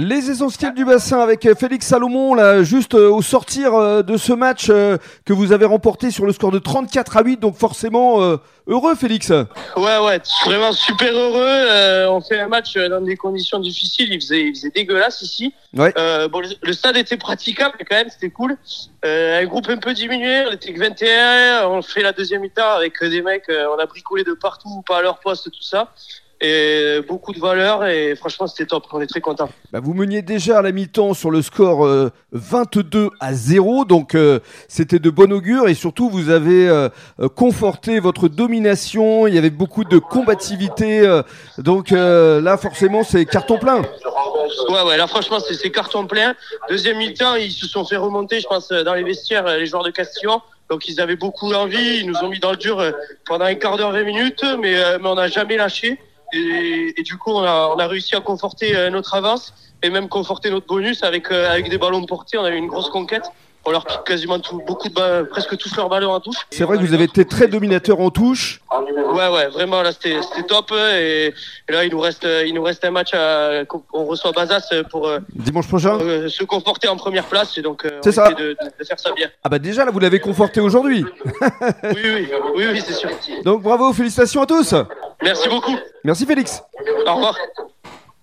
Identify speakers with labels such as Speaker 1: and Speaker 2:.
Speaker 1: Les essentiels du bassin avec euh, Félix Salomon, là, juste euh, au sortir euh, de ce match euh, que vous avez remporté sur le score de 34 à 8, donc forcément euh, heureux Félix.
Speaker 2: Ouais, ouais, vraiment super heureux. Euh, on fait un match euh, dans des conditions difficiles. Il faisait, il faisait dégueulasse ici.
Speaker 1: Ouais.
Speaker 2: Euh, bon, le, le stade était praticable, mais quand même, c'était cool. Euh, un groupe un peu diminué. On était que 21. On fait la deuxième mi-temps avec euh, des mecs. euh, on a bricolé de partout, pas à leur poste, tout ça. Et euh, beaucoup de valeur. Et franchement, c'était top. On est très contents.
Speaker 1: Bah, vous meniez déjà à la mi-temps sur le score euh, 22 à 0, donc euh, c'était de bon augure et surtout vous avez euh, euh, conforté votre domination, il y avait beaucoup de combativité, euh, donc euh, là forcément c'est carton plein.
Speaker 2: Ouais, ouais, là, franchement, c'est- c'est carton plein. Deuxième mi-temps, ils se sont fait remonter, je pense, euh, dans les vestiaires, euh, les joueurs de Castillon. Donc, ils avaient beaucoup envie. Ils nous ont mis dans le dur euh, pendant un quart d'heure, 20 minutes, mais, euh, mais on n'a jamais lâché. Et, et du coup, on a, on a réussi à conforter euh, notre avance et même conforter notre bonus avec, euh, avec des ballons portés. On a eu une grosse conquête. On leur pique quasiment tout, beaucoup de ba- presque tous leurs ballons en touche.
Speaker 1: C'est vrai que vous avez été très dominateur en touche.
Speaker 2: Ouais, ouais, vraiment, là, c'était c'était top. euh, Et, et là, il nous reste, euh, il nous reste un match à, qu'on- on reçoit Bazas euh, pour, euh,
Speaker 1: Dimanche prochain
Speaker 2: Euh, se conforter en première place et donc euh,
Speaker 1: Hein C'est
Speaker 2: on
Speaker 1: ça.
Speaker 2: essaie De, de- de faire ça bien.
Speaker 1: Ah bah déjà là vous l'avez conforté aujourd'hui.
Speaker 2: Oui, oui, oui, oui, c'est sûr.
Speaker 1: Donc bravo, félicitations à tous.
Speaker 2: Merci beaucoup.
Speaker 1: Merci Félix.
Speaker 2: Au revoir.